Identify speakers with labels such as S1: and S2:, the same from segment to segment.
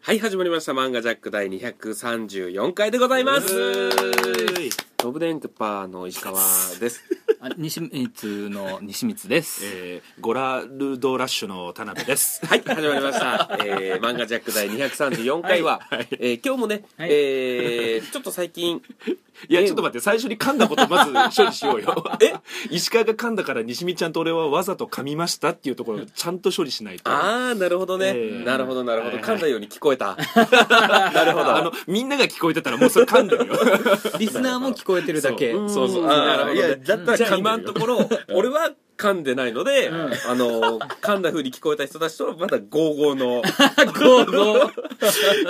S1: はい、始まりました。漫画ジャック第234回でございます。ロブデンクパーの石川です。
S2: あ西光の西光です、
S3: えー、ゴラルドラッシュの田辺 です。
S1: はい、始まりました。えー、漫画ジャック第234回は、えー今日もね、
S2: はい
S1: えー、ちょっと最近、
S3: いや、ちょっと待って、最初に噛んだことまず処理しようよ。 え石川が噛んだから西見ちゃんと俺はわざと噛みましたっていうところをちゃんと処理しないと。
S1: あー、なるほどね。
S3: えー
S1: なるほど、なるほど。
S3: はいはい
S1: 噛んだように聞こえた。なるほど。
S3: あの、みんなが聞こえてたらもうそれ噛んで るよ。
S2: リスナーも聞こえてるだけ
S1: ん
S3: そうそう
S1: あ
S3: なるほど
S1: ー
S3: ね
S1: いや、だったら
S3: じ
S1: 噛んで
S3: ゃあ
S1: るよ今のところ、俺は噛んでないので、あの、噛んだ風に聞こえた人たちと、またゴーゴーの、
S2: ゴーゴー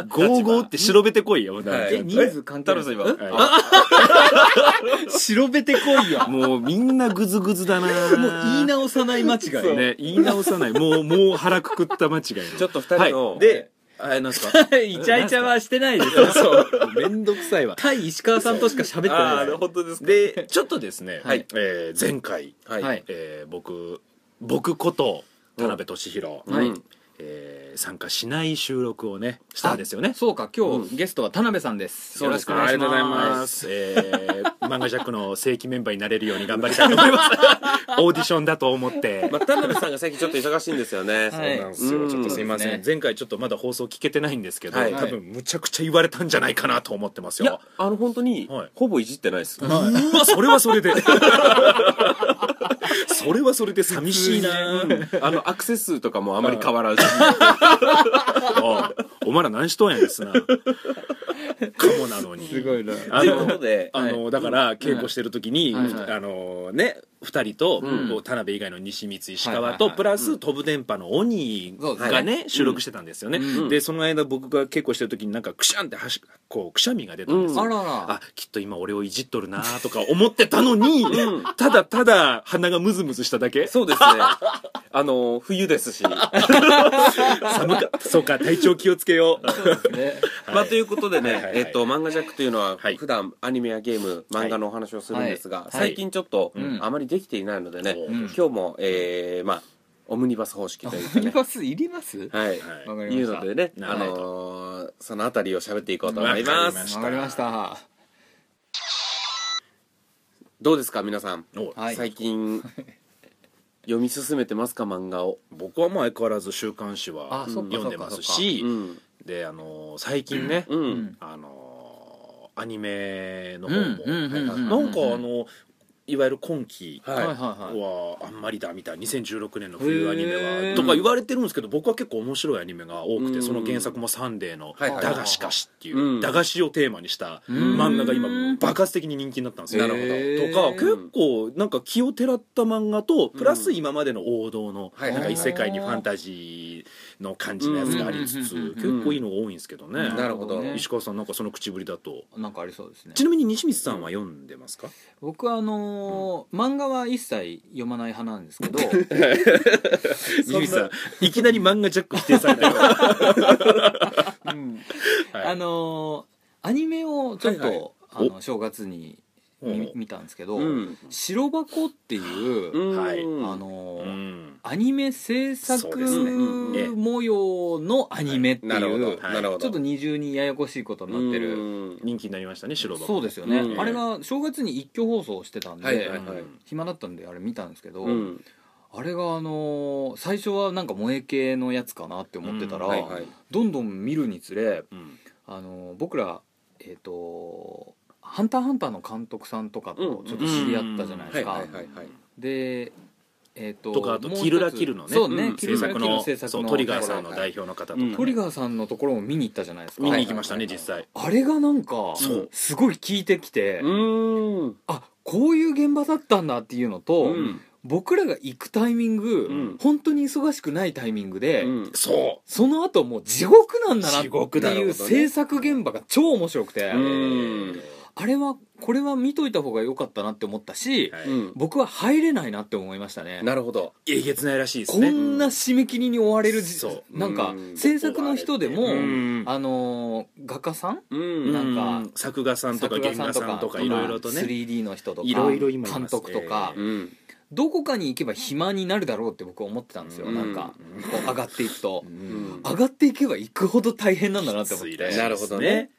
S3: ゴーゴーって白べてこいよ。
S1: はい
S2: え人数関係ない
S1: 太郎さん今、
S2: 白べてこいよも
S3: もうみんなグズグズだな
S2: う言い直さない間違いね
S3: ね、言い直さない。もう、もう腹くくった間違いだ。
S1: ちょっと二人の、
S3: はい
S1: で、あれなんすか
S2: イチャイチャはしてないです
S1: そう。
S2: めんどくさいわ対石川さんとしか喋って
S1: あ
S2: な
S1: あ
S2: い
S1: ー、本当ですか。
S3: で、ちょっとですね、
S1: はい
S3: えー前回、
S1: はい
S2: はい
S3: えー僕僕こと田辺俊弘、
S1: うんはい
S3: えー参加しない収録をねしたんですよね
S2: そうか今日、ゲストは田辺さんです
S1: そうですか
S2: よろしくお願い
S1: あ
S2: し
S1: りがとうござい
S2: ま
S1: ます
S3: す、えー、漫画ジャックの正規メンバーになれるように頑張りたいと思います オーディションだと思って、
S1: まあ、田辺さんが最近ちょっと忙しいんですよね。
S2: はい
S1: そうなんですよ。
S3: うん
S1: ちょっとすいま
S3: ません、
S2: そうです
S3: 前回ちょっとまだ放送聞けてないんですけど、
S1: はい
S3: 多分むちゃくちゃ言われたんじゃないかなと思ってます
S1: せん。いや
S3: よ、
S1: あの、本当に、
S3: はい
S1: ほぼいじってない です。
S3: うわそれは それでそれはそれで寂しいな
S1: あの、アクセス数とかもあまり変わらず。
S3: あお前ら何しとんやんですな。かもなのに。
S2: すごいな
S3: あ
S1: ということ
S3: の、
S1: で、
S3: あの、だから、稽古してる時に、
S2: はいはい
S3: あの、ね、二人と、
S1: うん
S3: こう田辺以外の西光石
S2: はい
S3: 川
S2: はい
S3: と、
S2: はい
S3: プラス、飛ぶ電波の鬼
S2: そうですね
S3: がね、収録してたんですよね
S2: う。ん
S3: で、その間僕が稽古してる時になんか、くしゃんってはし、こう、くしゃみが出たんです
S2: あ
S3: よ。
S2: らら
S3: あ、きっと今俺をいじっとるなとか思ってたのに、ただただ鼻がムズムズしただ け
S1: そうですね。あの、冬ですし。
S3: 寒かそうか、体調気をつけよ う。
S2: ね
S1: まあ、ということでね、
S3: はいはいはい
S1: えっと、漫画ジャックというのは、
S3: はい
S1: 普段アニメやゲーム、漫画のお話をするんですが、
S2: はい
S1: 最近ちょっと、
S2: うん
S1: あまりできていないのでね、
S3: うん
S1: 今日も、えー、まあ、オムニバス方式というか
S2: いり
S1: ね、
S2: ますいります
S1: はい、
S3: はい
S2: わか
S1: い
S2: り
S1: う
S2: ました
S1: のでね、
S3: な
S1: あ
S3: るほ
S1: のーそのあたりを喋っていこうと思いま
S3: わかり
S1: す
S3: ま。
S2: わかりました
S1: どうですか、皆さん。
S3: お
S2: はい
S1: 最 近、読み進めてますか、漫画を。
S3: 僕はまあ相変わらず週刊誌は
S2: あそっか
S3: 読んでます
S1: う
S3: し、
S1: ん。
S3: であのー最近ね、
S1: うん。
S2: ん
S3: あのーアニメの方
S2: うんうんうんうん
S3: もはいなんかあのいわゆる今期
S1: はい
S2: はいはいは
S3: はあんまりだみたいな2016年の冬アニメ
S2: へー
S3: はとか言われてるんですけど僕は結構面白いアニメが多く
S1: う
S3: て
S1: ん
S3: その原作も「サンデー」の
S1: はい
S2: は
S3: 「
S2: い
S3: 駄菓子菓子」ってい
S1: うん
S3: う駄菓子をテーマにした
S2: うん
S3: 漫画が今爆発的に人気になったんですよ
S1: なるほど
S2: へー
S3: とか結構なんか気をてらった漫画とプラス今までの王道の
S1: はい
S3: なんか異世界にファンタジーの感じのやつがありつつ
S2: うんうんうん
S1: うん
S3: 結構いいのが多いんですけどね
S1: なるほど
S2: ね
S3: 石川さんなんかその口ぶりだと
S2: なんかありそうですね
S3: ちなみに西光さんは読んでますか
S2: 僕はあのー漫画は一切読まない派なんです けど
S3: 西光さんいきなり漫画ジャック否定されたよ
S2: あのーアニメをちょっと、
S1: はいはい
S2: あの正月に
S3: お
S2: 見見たんですけど「
S1: うん
S2: 白箱」っていう、
S1: うん
S3: はい
S2: あの
S3: う
S2: ー
S3: ん
S2: アニメ制
S3: そ
S2: 作
S3: うです
S1: ねうん
S3: ええ
S2: 模様のアニメっていう、
S1: なるほど、
S3: はい
S1: なるほど。
S2: ちょっと二重にややこしいことになってる、
S1: うん
S3: 人気になりましたね白馬
S2: そうですよね、
S1: うん
S2: あれが正月に一挙放送してたんで、
S1: はいはい
S3: はい
S2: 暇だったんであれ見たんですけど、
S1: うん。
S2: あれがあのー最初はなんか萌え系のやつかなって思ってたら、
S3: うん
S1: はいはい。
S2: どんどん見るにつれ
S3: うん
S2: あの僕らえっ、と「ハンターハンター」の監督さんとか
S1: うんう
S2: と
S1: ん
S2: ちょっと知り合ったじゃない
S1: はい
S2: ですか、
S1: はいはいはい。
S2: でえっ、と
S3: とかあと
S2: もう一つ
S3: キルラキルのね
S2: そうね、
S1: うん
S2: キ
S3: 制
S2: ルラキ
S3: 作
S2: ルの
S3: の
S2: 制作の
S3: そうトリガーさんの代表の方とか
S1: う
S3: ね
S1: ん
S2: トリガーさんのところも見に行ったじゃないですか
S3: 見に行きました
S1: は
S3: ね
S1: いはい
S3: 実際
S2: あれがなんか
S3: そう
S2: すごい聞いてきて、
S1: うん。
S2: あこういう現場だったんだっていうのと、
S1: うん
S2: 僕らが行くタイミング、
S1: うん
S2: 本当に忙しくないタイミングで、
S1: うん
S3: そう
S2: その後もう地獄なんだなって
S3: 地獄だろう
S2: い
S3: ね
S2: う制作現場が超面白くて、
S1: うん
S2: あれはこれは見といた方が良かったなって思ったし、
S3: はい
S1: うん。
S2: 僕は入れないなって思いましたね
S1: なるほど。
S3: えげつないらしいです
S2: こ
S3: ね
S2: んな締め切りに追われるじ
S3: そう
S2: なんか
S1: うん
S2: 制作の人でも、
S1: う
S3: うん
S2: あのー画家さん
S1: うん。
S2: なんか
S3: う作画さんとか
S2: 作
S3: 原画
S2: 画さんと
S3: さ
S2: か
S3: んとかいろいろとね
S2: 3D の人とか
S3: いろいろ今います
S2: 監督とか、
S3: え
S1: うん
S2: どこかに行けば暇になるだろうって僕は思ってたんですよ、
S1: うん
S2: なんかこう上がっていくと
S3: う、
S1: ん
S2: 上がっていけば行くほど大変なんだなって思っ
S3: きつい
S2: て
S3: らしい
S1: なるほどね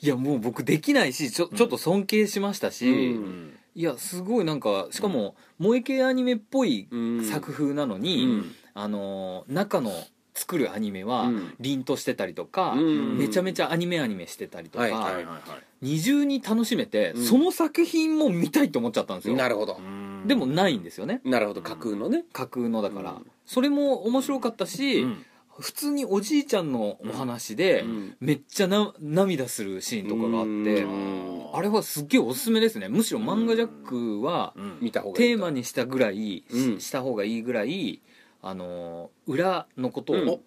S2: いやもう僕できないしちょちょっと尊敬しましたし、
S1: うん
S3: ん
S2: いやすごいなんかしかも萌え系アニメっぽい作風なのに、あのー中の作るアニメは
S1: うん
S2: 凛としてたりとか、
S1: うん
S2: めちゃめちゃアニメアニメしてたりとか、
S1: はいは
S3: はいはいは
S2: 二重に楽しめて、
S1: うん
S2: その作品も見たいと思っちゃったんですよ
S1: なるほど
S3: い
S2: でもないんですよね
S1: なるほど架空のね
S2: 架空のだから、
S1: うん
S2: それも面白かったし、
S3: うん
S2: 普通におじいちゃんのお話で、
S1: うん
S2: めっちゃな涙するシーンとかがあって、
S1: うん
S2: あれはすっげえおすすめですねむしろ「漫画ジャック」は
S3: うん
S1: 見た方がいい
S2: テーマにしたぐらい、し
S1: うん
S2: した方がいいぐらいあのー裏のこと
S1: うん
S2: を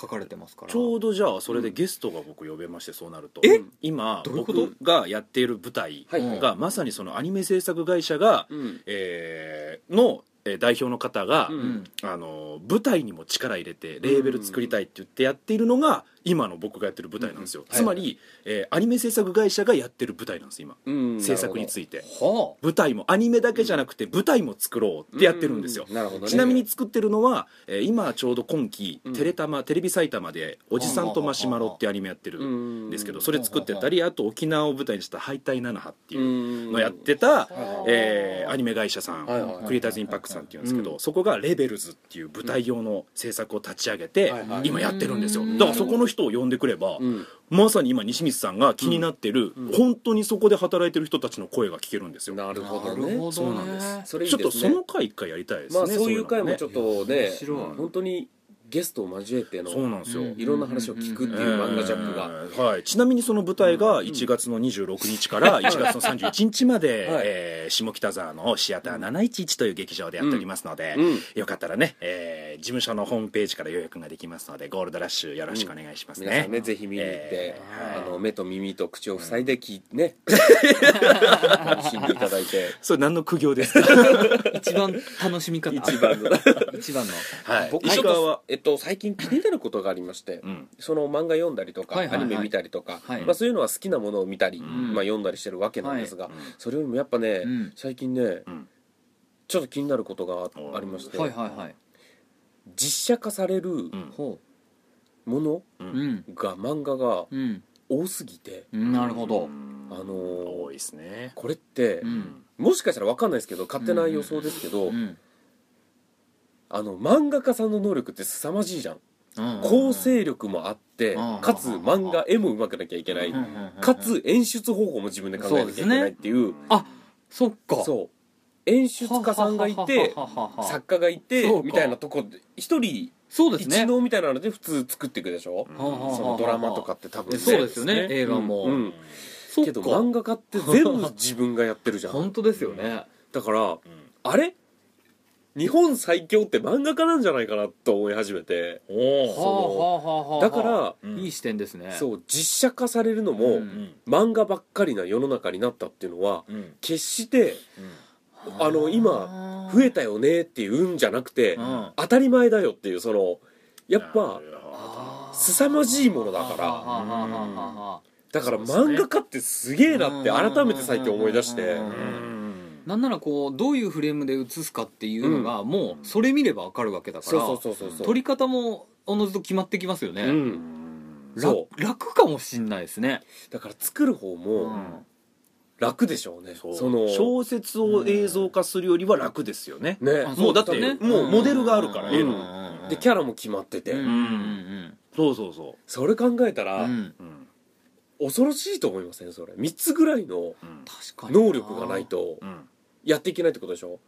S2: 書かれてますから、
S3: ちょうどじゃあそれでゲストが僕呼べましてそうなると
S2: え
S3: 今
S2: どういうこと
S3: 僕がやっている舞台
S1: はいはい
S3: がまさにそのアニメ制作会社が
S1: うん
S3: えーのえー代表の方が
S1: う
S2: うんん、
S3: あのー舞台にも力入れてレーベル作りたいって言ってやっているのが今の僕がやってる舞台なんです
S1: う
S3: よ
S1: んはい
S3: つまりえーアニメ制作会社がやってる舞台なんです今
S1: うん
S3: 制作について
S2: は
S3: 舞台もアニメだけじゃなくて舞台も作ろうってやってるんですよ
S1: うなるほどね
S3: ちなみに作ってるのは、えー今ちょうど今期、
S1: うん
S3: テレタマテレビ埼玉で「おじさんとマシュマロ」ってアニメやってるん
S1: ん
S3: ですけどそれ作ってたりあと沖縄を舞台にした「ハイタイナナハ」っていう
S1: の
S3: のやってた、
S2: うん
S3: えーアニメ会社さん、
S1: はいはいはい
S3: クリエイターズインパクトさんっていうんですけど、
S1: うん
S3: そこが「レベルズ」っていう舞台用の制作を立ち上げて、
S1: はいはい
S3: 今やってるんですよ
S2: うん
S3: だからそこの人を呼んでくれば、
S1: うん
S3: まさに今西光さんが気になってる、
S1: うん
S3: 本当にそこで働いてる人たちの声が聞けるんですよ、
S1: な
S2: あ
S1: るほど
S2: なる
S1: ね
S2: ほ
S3: そ
S2: ど
S3: う
S2: ね
S3: なんです
S1: それいい
S3: ちょっと
S1: ですね
S3: その回一回やりたいですね、
S1: まあそういう回
S3: のね
S1: もちょっと
S2: いや
S1: ね
S2: 面白い
S1: 本当にゲストを交えての
S3: そうなんですよ、
S2: うん
S1: いろんな話を聞くっていう漫画ジャックが
S3: えーはい、ちなみにその舞台が1月の26日から1月の31日まで、
S1: はい
S3: えー下北沢のシアター711という劇場でやっておりますので、
S1: うん
S3: よかったらね、えー事務所のホームページから予約ができますのでゴールドラッシュよろしくお願いしますね,、
S1: 皆さんねぜひ見に行って
S3: えー
S1: あの目と耳と口を塞いでき ね楽しんでいただいて
S3: それ何の苦行ですか
S2: 一番楽しみ方
S1: 一番の
S2: 一番の
S3: はい
S1: 僕
S3: 石
S1: ちょっ
S3: 川は
S1: と、えっと、最近気になることがありまして
S3: うん
S1: その漫画読んだりとか
S2: はいはい
S1: ア
S2: は
S1: ニ
S2: い
S1: メ見たりとか
S2: はい
S1: まあそういうのは好きなものを見たり
S3: ん
S1: まあ読んだりしてるわけなんですがそれよりもやっぱね
S2: うん
S1: 最近ね
S3: うん
S1: ちょっと気になることがありまして
S2: はいはいはい
S1: 実写化される
S3: うん
S2: ほ
S1: もの
S3: う
S2: ううんん
S1: が漫画が
S2: うん
S1: 多すぎて
S2: うんなるほど
S1: あのー
S3: 多いですね
S1: これって
S2: う、ん
S1: もしかしたら分かんないですけど勝手な予想ですけど、
S2: うん
S1: あの漫画家さんの能力って凄まじいじゃん、
S2: うん
S1: 構成力もあって、
S2: うん
S1: かつ漫画絵も上手くなきゃいけない、
S2: うんうんうん
S1: かつ演出方法も自分で考えなきゃいけないっていう
S2: あそっ
S1: そう,、
S2: か
S1: 演出家さんがいて
S2: ははははは
S1: 作家がいて
S2: そうか
S1: みたいなとこで一人
S2: そうです
S1: 一
S2: ね
S1: 能みたいなので普通作っていくでしょ、
S3: うん
S2: はあはあはあ
S1: そのドラマとかって多分、
S2: えそうですよね映画も、
S1: うん
S2: そっ
S1: け
S2: か
S1: ど漫画家って全部自分がやってるじゃん
S2: 本当ですよね、
S1: だから
S3: うん
S1: あれ日本最強って漫画家なんじゃないかなと思い始めて
S3: お
S2: は
S3: ー
S2: あはあはあはあ
S1: だから、
S3: うん
S2: いい視点ですね
S1: そう実写化されるのも、
S2: うん
S1: 漫画ばっかりな世の中になったっていうのは
S3: うんうん
S1: 決してあの今増えたよねっていうんじゃなくて、
S2: うん
S1: 当たり前だよっていうそのやっぱ
S3: なるほど
S2: あー
S1: 凄まじいものだから
S2: はあはあはあはあはあ
S1: だから
S3: そう
S1: 漫
S3: です
S1: 画
S3: ね
S1: 家ってすげえなって改めて最近思い出し
S2: う
S1: て
S2: ん
S3: う
S2: うんなんならこうどういうフレームで映すかっていうのが、もうそれ見ればわかるわけだから
S1: そうそうそうそうそう
S2: 撮り方もおのずと決まってきますよね、
S1: うん、そ
S2: 楽楽かもしんないですね、
S1: だから作る方
S2: う
S1: も
S2: ん
S1: 楽でしょうね、
S3: そう
S1: その
S3: 小説を映像化するよりは楽ですよね、
S1: ね
S2: あ
S3: もうだっ
S2: そう
S3: て、
S2: ですね
S3: もうモデルがあるから、
S1: うん
S3: 絵の、
S2: うん
S1: でキャラも決まってて、
S2: うんうん
S3: そうそうそ
S1: それ考えた
S2: うん
S1: ら、
S2: うん
S3: う、うん
S1: 恐ろしいと思いませんそれ3つぐらいの
S3: うん
S2: 確かに
S1: 能力がないと
S3: うん
S1: やっていけないってことでしょ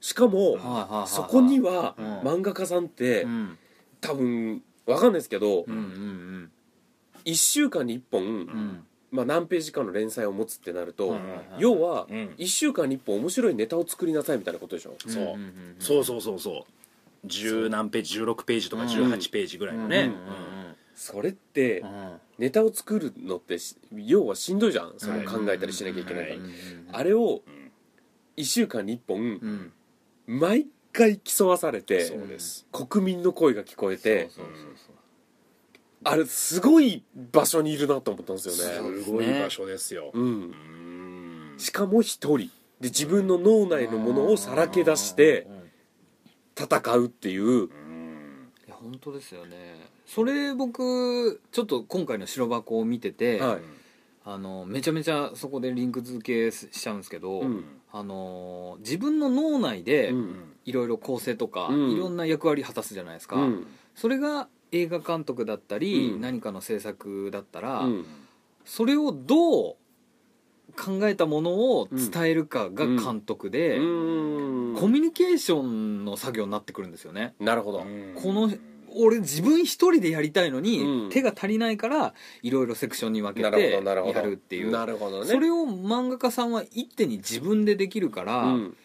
S1: しかも
S2: はいはいはいはい
S1: そこには
S2: うん
S1: 漫画家さんって
S2: うん
S1: 多分わかんないですけど
S2: うんうん
S1: 1週間に1
S2: うんう
S1: 本、
S2: ん
S1: まあ、何ページかの連載を持つってなると
S2: はいはいはい
S1: 要は
S3: うん
S1: 1週間に1本面白いネタを作りなさいみたいなことでしょ
S3: そうん
S2: んん
S3: そうそうそうそう十何ページ16ページとか
S2: うん
S3: 18ページぐらいのね、
S2: うん
S1: それって
S2: うんうんうん
S1: ネタを作るのってし要はしんどいじゃんそれを考えたりしなきゃいけないから
S2: うんうん
S1: あれを
S3: ん
S1: 1週間に1本
S2: うん
S1: 毎回競わされて
S3: そうです
S1: 国民の声が聞こえて
S2: そうそうそうそう
S1: あれすごい場所にいるなと思ったんですよね
S2: そう
S3: すごい場所ですよ、
S1: うん
S3: うん
S1: しかも一人で自分の脳内のものをさらけ出して
S2: うん
S1: 戦うっていう
S2: いや本当ですよねそれ僕ちょっと今回の白箱を見てて、
S1: はい
S2: あのめちゃめちゃそこでリンク付けしちゃうんですけど、
S1: うん
S2: あの自分の脳内で
S1: うん
S2: いろいろ構成とか、
S1: うん
S2: いろんな役割果たすじゃないですか、
S1: うん
S2: それが映画監督だったり、
S1: うん
S2: 何かの制作だったら、
S1: うん
S2: それをどう考えたものを伝えるかが監督で、
S1: うん
S2: コミュニケーションの作業になってくるんですよね。
S1: なるほど
S2: この俺自分一人でやりたいのに、
S1: うん
S2: 手が足りないからいろいろセクションに分け
S1: なるほ
S2: て
S1: どなるほど
S2: やるっていう
S1: なるほどね
S2: それを漫画家さんは一手に自分でできるから、
S1: うん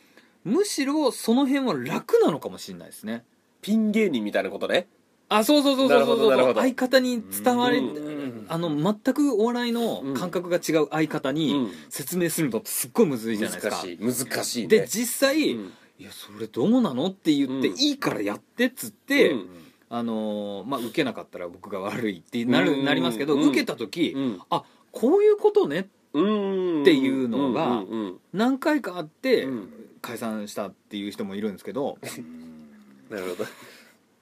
S2: むしろその辺は楽なのかもしれないですね
S1: ピン芸人みたいなことね
S2: あそうそうそうそ
S1: な
S2: うそう
S1: るほどなる
S2: そ
S1: ほ
S2: う
S1: ど
S2: 相方に伝われ、
S1: うん
S2: あの全くお笑いの感覚が違う相方に
S1: うん
S2: 説明するのってすっごいむずいじゃないです
S1: 難
S2: か、
S1: しい難しいね
S2: で実際、
S1: うん
S2: いやそれどうなのって言って、
S1: うん
S2: いいからやってっつって、
S1: うん
S2: あのーまあ受けなかったら僕が悪いってなる、
S1: うん
S2: なりますけど、
S1: うん
S2: 受けた時、
S1: うん
S2: あこういうことね
S1: うん
S2: っていうのが
S1: うんうん
S2: 何回かあって、
S1: うん
S2: 解散したっていう人もいるんですけど
S1: なるほど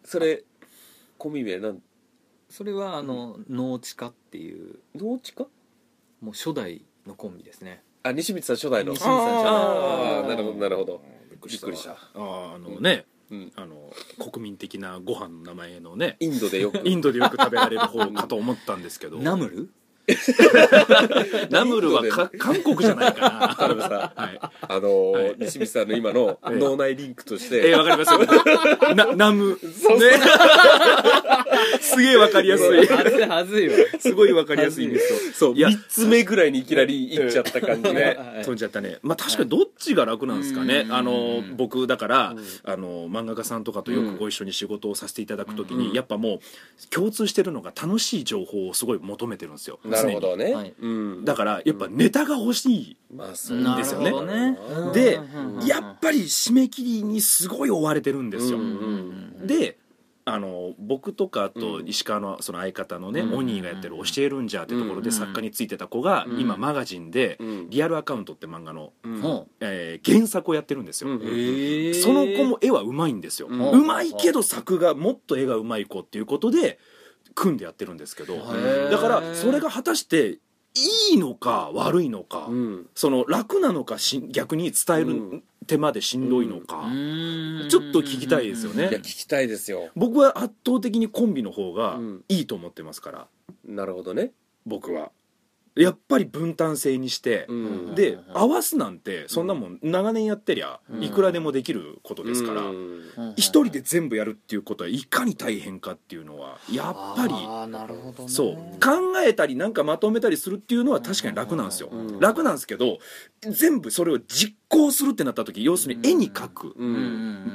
S1: それコミ名なん
S2: それはあの農地化っていう
S1: どっちか
S2: もう初代のコンビですね
S1: あ西光さん初代の
S2: 西光さん初代
S1: あーなるほどなるほど
S3: びっ
S1: り
S3: く
S1: したびっくりした
S3: あーあのね、
S1: うん
S3: あの国民的なご飯の名前のね
S1: インドでよく
S3: インドでよく食べられる方かと思ったんですけど
S2: ナムル
S3: ナムルはか韓国じゃないか
S1: 田辺さ
S3: な、はい、
S1: んあのー
S3: はい
S1: 西光さんの今の
S3: ええ
S1: 脳内リンクとし
S3: え
S1: て
S3: ー、わかりますよなナム
S1: そうそう
S3: すげえわかりやすい
S2: はずいはずいわ
S3: すごいわかりやすいんですよ
S1: そう
S3: いや
S1: 3つ目ぐらいにいきなりいっちゃった感じね
S2: はい
S3: 飛んじゃったね、まあ、確かにどっちが楽なんですかね、
S2: うん
S3: あの
S2: うん
S3: 僕だから、
S1: うん
S3: あの漫画家さんとかとよくご一緒に仕事をさせていただくときに、
S1: うん
S3: やっぱもう共通してるのが楽しい情報をすごい求めてるんですよ
S1: なるほどね、
S2: はい
S1: うん
S3: だからやっぱネタが欲しい、
S1: まあそう
S2: な
S1: で
S2: る
S1: すよ
S2: ほ
S1: ね
S2: どねうん
S3: で
S2: うん
S3: やっぱり締め切りにすごい追われてるんですよ、
S1: う
S2: うんん
S3: であの僕とかあと石川のその相方のね、
S2: うん
S3: オニーがやってる「教えるんじゃ」ってところ
S2: う
S3: で
S2: ん
S3: 作家についてた子が、
S1: うん
S3: 今マガジンで
S1: うん
S3: 「リアルアカウント」って漫画の、
S1: うん
S2: ほ
S3: えー原作をやってるんですよ、
S1: うん
S2: うへえ
S3: その子も絵はうまいんですよ、
S1: う
S3: うんまいけど作画もっと絵がうまい子っていうことで組んでやってるんですけど
S1: ー
S3: だからそれが果たしていいのか悪いのか、
S1: うん
S3: その楽なのかし逆に伝え
S1: う
S3: る
S1: ん
S3: 手間でしんどいのか、
S2: ち
S3: ちょっと聞きたいですよね
S1: いや聞きたいですよ
S3: 僕は圧倒的にコンビの方が
S1: うん
S3: いいと思ってますから
S1: なるほどね
S3: 僕は。やっぱり分担制にして、
S1: うん
S3: で
S2: うん
S3: 合わすなんてそんなもん長年やってりゃ
S2: うん
S3: いくらでもできることですから、
S1: うん
S3: 一人で全部やるっていうことはいかに大変かっていうのはやっぱり
S2: ああなるほどね
S3: そう考えたりなんかまとめたりするっていうのは確かに楽なんですよ
S1: うんうん
S3: 楽なんですけど全部それを実行するってなった時要するに絵に描く
S1: う
S2: うんうん
S1: ん
S2: う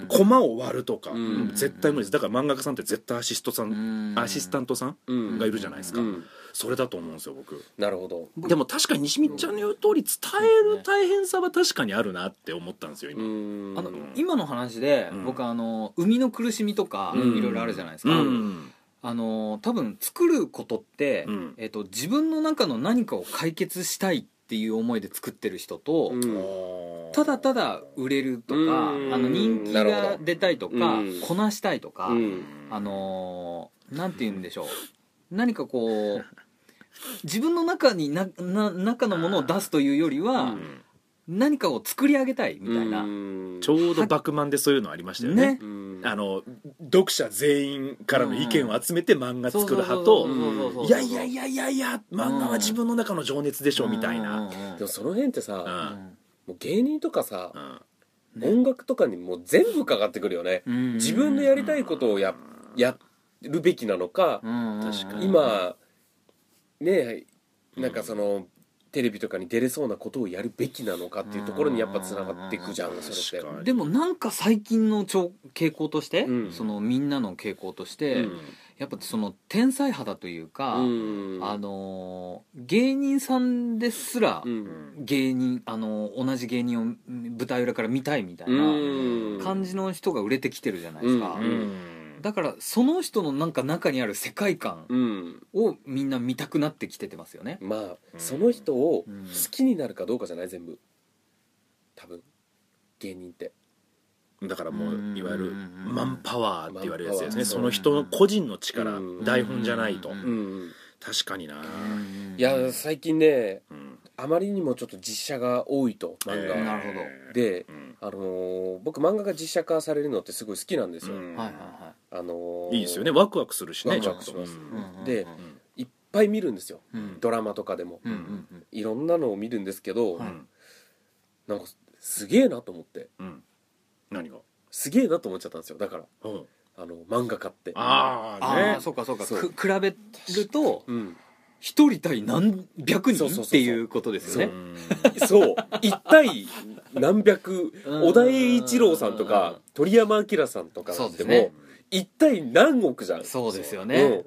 S2: ん
S3: コマを割るとか
S1: うん
S3: 絶対無理ですだから漫画家さんって絶対アシストさ
S2: うんん
S3: アシスタントさん
S1: うん
S3: がいるじゃないですか
S1: うん
S3: それだと思うんですよ僕
S1: なるほど
S3: でも確かに西光ちゃんの言う通り伝える大変さは確かにあるなって思ったんですよ今
S1: うん
S2: あの今の話で
S3: うん
S2: 僕あの生みの苦しみとか
S1: うん
S2: いろいろあるじゃないです
S3: う
S2: か
S3: ん
S2: あの多分作ることって、
S3: うん
S2: えっと自分の中の何かを解決したいっていう思いで作ってる人と、
S1: うん
S2: ただただ売れるとか、
S1: うん
S2: あの人気
S1: なるほ
S2: が
S1: ど
S2: 出たいとか、
S1: うん
S2: こなしたいとか、
S1: うん
S2: あのーなんて言うんでしょう何かこう自分の中になな中のものを出すというよりは、
S1: う
S2: 何かを作り上げたいみたいな、
S1: うん
S3: ちょうど「バクマン」でそういうのありましたよ
S2: ね
S3: ね
S1: うん
S3: あの読者全員からの意見を集めて漫画
S2: そう
S3: 作る
S2: そう
S3: 派
S2: そう
S3: と
S2: そうそうそう
S3: いやいやいやいやいや漫画は自分の中の情熱でしょみたい
S2: うん
S3: な、
S2: うんうん
S1: でもその辺って
S3: う
S1: さ
S3: ん
S1: もう芸人とかさ
S3: うん
S2: ね
S1: 音楽とかにもう全部かかってくるよね
S2: うん
S1: 自分のやりたいことをややるべきなのか
S2: うんうん
S3: 確かに
S1: 今ねなんかそのテレビとかに出れそうなことをやるべきなのかっていうところにやっぱつながっていくじゃんそれって
S3: 確かに
S2: でもなんか最近の調傾向として、
S1: うん
S2: そのみんなの傾向として、
S1: うん
S2: やっぱその天才肌というか、
S1: うん
S2: あのー芸人さんですら、
S1: うん
S2: 芸人あのー同じ芸人をうん舞台裏から見たいみたいな
S1: うん
S2: 感じの人が売れてきてるじゃないですか、
S1: うん
S3: うん
S2: だからその人のなんか中にある世界観
S1: うん
S2: をみんな見たくなってきててますよね、
S1: まあその人を好
S2: うん
S1: きになるかどうかじゃない全部多分芸人って
S3: だからもういわゆる
S2: うん
S3: マンパワーって言われるやつ
S1: マ
S3: です
S1: ンパワー
S3: ねその人の個人の力
S1: うん
S3: 台本じゃないと
S2: うん
S1: うん
S3: 確かにな
S1: うんいや最近ね
S3: うん
S1: あまりにもちょっと実写が多いと漫
S3: えー
S1: 画、
S2: なるほど
S1: で、
S3: うん
S1: あのー僕漫画が実写化されるのってすごい好きなんですよ、
S3: うん
S2: はいはいはい
S1: あのー
S3: いいですよねワクワクするしね
S1: ワ
S3: ち
S1: ク
S3: ょ
S1: ワ
S3: っ
S1: ク
S3: と
S1: します
S3: うん
S2: うん
S1: で
S3: うん
S1: いっぱい見るんですよ
S2: うん
S1: ドラマとかでも、
S2: うんうんうん
S1: いろんなのを見るんですけど、
S2: は
S3: う
S2: い
S3: ん
S1: なんかすげえなと思って
S3: うん何が
S1: すげえなと思っちゃったんですよだから
S3: うん
S1: あの漫画家って
S3: あ
S2: あ
S3: あ
S2: ー
S3: ね
S2: そうかそうか
S1: そう
S2: く比べると
S1: うん
S2: 一人対何百
S1: そうそうそうそ
S2: 人
S1: う
S2: っていうことですよね
S3: うん
S1: そう一体何百
S2: うん
S1: 小田栄一郎さんと
S2: うん
S1: か鳥山明さんとか
S2: そうで
S1: ですも、
S2: ね
S1: 一体何億じゃん
S2: そうですよ
S1: う
S2: ね
S1: ん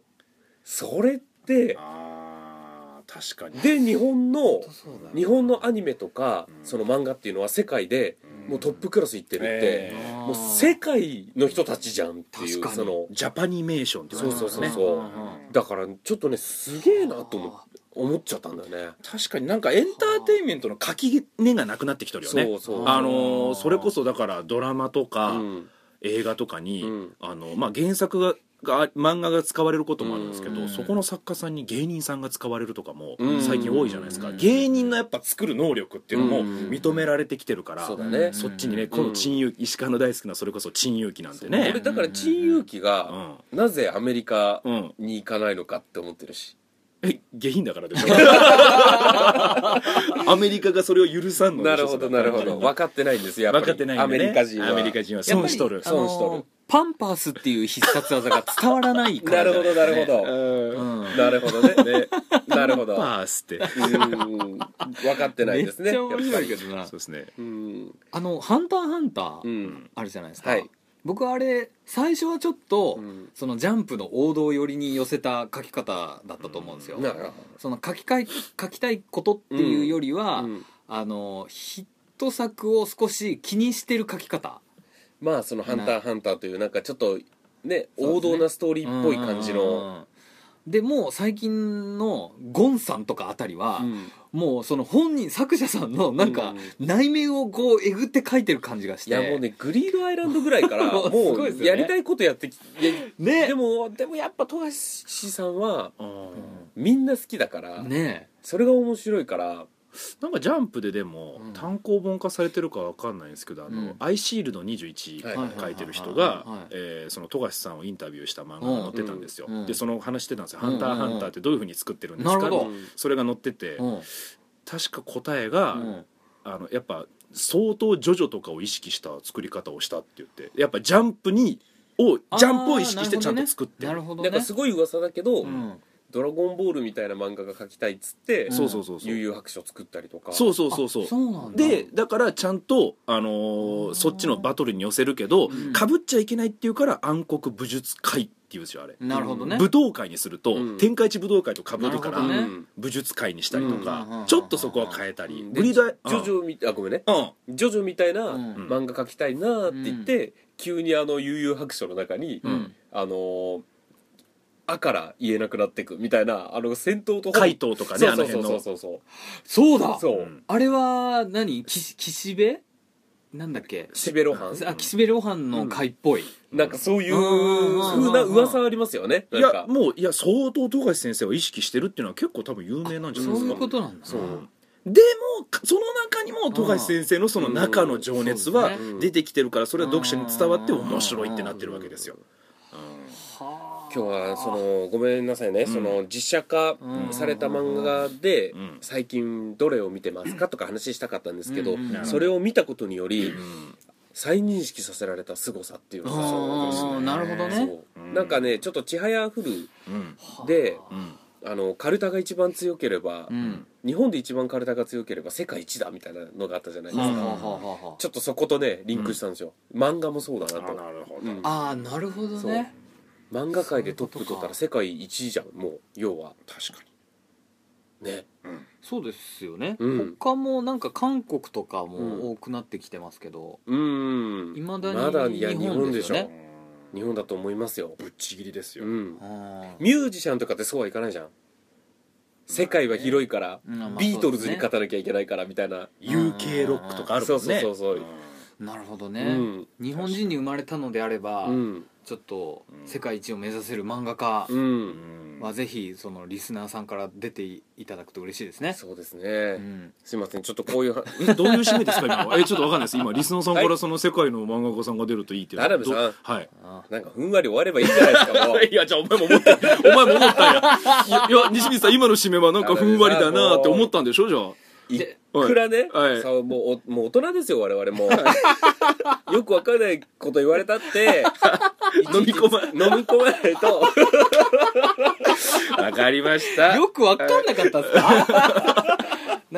S1: それって
S3: あー確かに
S1: で日本の
S2: そうだよ
S1: 日本のアニメとか、
S3: うん
S1: その漫画っていうのは世界で
S3: うん
S1: もうトップクラスいってるって、
S3: え
S2: あー
S1: もう世界の人たちじゃんっていう
S2: 確か
S1: そ
S2: に
S1: の
S3: ジャパニメーションって言わ
S1: そう
S3: れて
S1: そ
S3: ま
S1: う
S3: す
S1: そう
S3: ね
S1: そう、
S2: うんうん
S1: だからちょっとねすげえなと思っ
S2: あ
S1: 思っちゃったんだよね
S3: 確かになんかエンターテインメントの垣根がなくなってきてるよね
S1: そうそう
S3: あのーそれこそだからドラマとか、
S1: うん
S3: 映画とかに、
S1: うん
S3: あのまあ、原作がが漫画が使われることもあるんですけど、
S2: うん
S3: そこの作家さんに芸人さんが使われるとかも
S1: うん
S3: 最近多いじゃないですか、
S2: うん
S3: 芸人のやっぱ作る能力っていうのも
S1: うん
S3: 認められてきてるから、
S1: そうだ
S2: う
S1: ね
S2: ん
S3: そっちにねこの陳勇気石川の大好きなそれこそ陳勇気なんて
S1: 俺
S3: ね
S1: だから陳勇気
S3: う
S1: が
S3: ん、
S1: なぜアメリカ
S3: うん、
S1: に行かないのかって思ってるし
S3: え下品だか らでしょアメリカがそれを許さんのでし
S1: なる
S3: ょ
S1: ほど
S3: それ
S1: なるほど分かってないんですよやっ
S3: 分
S1: ぱ
S3: か
S1: り
S3: ってないん
S1: ア
S3: だ
S1: メ
S3: よね
S1: リカ人は
S3: アメリカ人は
S2: やっぱ
S3: 損
S2: り
S3: しとる
S2: あの
S1: 損しとる
S2: パンパースっていう必殺技が伝わらないか
S1: な
S2: ら
S1: るほどなるほど、
S3: うん
S1: なるほどね
S3: ね
S1: なるほど
S3: パースって
S1: うん分かってないですね
S2: めっちゃ面白い
S1: や
S2: け
S1: っぱ
S2: どな
S3: そうですね
S1: りうん
S2: あの「ハンターハンタ
S1: う
S2: ー
S1: ん」
S2: あるじゃないですか、
S1: はい
S2: 僕あれ最初はちょっと、
S1: うん
S2: そのジャンプの王道寄りに寄せた書き方だったと思うんですよ、
S1: なるほ
S2: その書きかい書きたいことっていうよりは、
S1: どうん
S2: あのヒット作を少し気にしてる書き方
S1: まあその「ハンターハンター」というなんかちょっとね
S2: そうですね
S1: 王道なストーリーっぽい感じ
S2: うんうん
S1: の
S2: うんうんでもう最近のゴンさんとかあたりは、
S1: うん
S2: もうその本人作者さんのなんか内面をこうえぐって書いてる感じがし
S1: い
S2: て
S1: やもうねグリードアイランドぐらいから
S2: もう
S1: も
S2: すごいです
S1: う
S2: よね
S1: やりたいことやってき
S2: ね
S1: でもでもやっぱ富樫さんは
S3: うん
S1: みんな好きだから
S2: ね
S1: それが面白いから
S3: なんかジャンプででも
S2: うん
S3: 単行本化されてるかわかんないんですけど「あの
S2: うん
S3: アイシールド21」書いてる人が
S2: はいはいはいはい
S3: えーその富樫さんをインタビューした漫画が載ってたんですよ、
S2: うん
S3: でその話してたんですよ「
S2: うん
S3: ハンターハンター」ってどういうふうに作ってるんです
S2: な
S3: か
S2: るほど
S1: うん
S3: それが載ってて
S2: うん
S3: 確か答えが、
S2: うん
S3: あのやっぱ相当ジョジョとかを意識した作り方をしたって言ってやっぱジャンプにをジ
S2: あー
S3: ャンプを意識してちゃんと作って
S2: な
S3: る
S2: るほど
S1: な
S2: ね
S1: んかすごい噂だけど
S2: うん
S1: 「ドラゴンボール」みたいな漫画が描きたいっつって
S2: ほどね
S3: そうそうそうそう
S1: 悠々白書作ったりとか
S3: そうそうそうそう
S2: あそうなんだ
S3: でだからちゃんと、あのー
S2: うん
S3: そっちのバトルに寄せるけど
S2: うん
S3: かぶっちゃいけないっていうから暗黒武術会っていうんですよあれ、
S2: なるほどね
S3: 武道会にすると、
S1: うん
S3: 天下一武道会とかぶるか
S2: な
S3: ら
S2: るほどね
S1: うん
S3: 武術会にしたりとか、
S2: うん
S3: ちょっとそこは変えたり、
S1: うん
S3: グリードアイ
S1: でジョジョみあごめんね
S3: うん
S1: ジョジョみたいな
S2: うん
S1: 漫画描きたいなって言って、急にあの悠々白書の中に、
S2: うん
S1: あのーあ」から言えなくなってくみたいなあの戦闘と
S3: 怪盗とかね
S1: そう
S3: あ
S1: そ
S3: の
S1: うそ
S3: 辺
S1: うそう
S3: の
S1: そうそう
S2: そうだ
S1: そう、
S3: うん
S2: あれは何岸岸辺なんだっけ
S1: シベロハン
S2: あ岸辺露伴の回っぽい、
S1: なんかそういう
S2: うん
S1: 風な噂ありますよねな
S3: い
S1: ん
S3: や
S1: か
S3: もういや相当富樫先生を意識してるっていうのは結構多分有名なんじゃないで
S2: そう
S3: す
S2: い
S3: か
S2: うことなんだ
S1: そう
S3: でもかその中にも富樫先生のその中の情熱は
S2: うん
S1: そうですね
S3: 出てきてるからそれは読者に伝わって面白いってなってるわけですよ。
S2: はあ
S1: 今日はそのごめんなさいね、
S3: ん
S1: その実写化された漫画で、
S3: うん
S1: 最近どれを見てますかとか話したかったんですけど、
S2: うん
S3: うん
S1: それを見たことにより、
S3: うん
S1: 再認識させられた凄さっていうのが
S2: あーなるほどね
S1: そう
S3: うん
S1: なんかねちょっとちはやふる
S3: うん
S1: で
S3: うん
S1: あのカルタが一番強ければ、
S2: うん
S1: 日本で一番カルタが強ければ世界一だみたいなのがあったじゃないです
S2: はあ
S1: か、
S2: はあはあはあ
S1: ちょっとそことねリンクしたんですよ、漫画もそうだ
S3: あ
S1: なと
S3: なるほ
S1: うん
S3: ど
S2: ああなるほどね
S1: 漫画界でトップ取ったら
S2: そ
S1: 世界一じゃんもう要は
S3: 確か
S1: ね
S3: にうん
S2: そうですよね、
S1: うん
S2: 他もなんか韓国とかも多くなってきてますけど、
S1: うーん
S2: 未だに
S1: まだいや
S2: 日
S1: 日
S2: 本
S1: 本
S2: で
S1: ですし
S2: よね
S1: ょ日本だと思いますよ
S3: ぶっちぎりです
S1: う
S3: よ。
S1: ん
S2: あー
S1: ミュージシャンとかってそうはいかないじゃん世界は広いから、
S2: うんまあ
S1: ビートルズに勝たなきゃいけないからみたいな、
S3: UK ロックとかあるも
S1: そ
S3: んね
S1: うそうそうそう
S2: なるほどね、
S1: うん
S2: 日本人に生まれたのであれば、
S1: うん
S2: ちょっと
S3: うん
S2: 世界一を目指せる漫画家
S1: う
S3: うんん
S2: はぜひそのリスナーさんから出ていただくと嬉しいですね
S1: そうです
S2: う
S1: ね
S2: ん
S1: すいませんちょっとこういうは
S3: えどういう締めですか
S4: 今えちょっとわかんないです今リスナーさんからその世界の漫画家さんが出るといいっていうのは
S1: 田辺さん
S4: どはい
S2: あ
S1: なんかふんわり終わればいいじゃないですかもう
S3: いやじゃあお前も思っ
S4: お
S3: た
S4: 前も思ったんやいやいや西光さん今の締めはなんかふんわりだなって思ったんでしょじゃあ
S1: い
S2: で
S1: くらね、
S4: はい
S1: さもうおもう大人ですよ我々もうよくわからないこと言われた って
S3: 飲み込ま
S1: 飲み込まないと
S3: わかりました
S2: よくわかんなかった っすかなん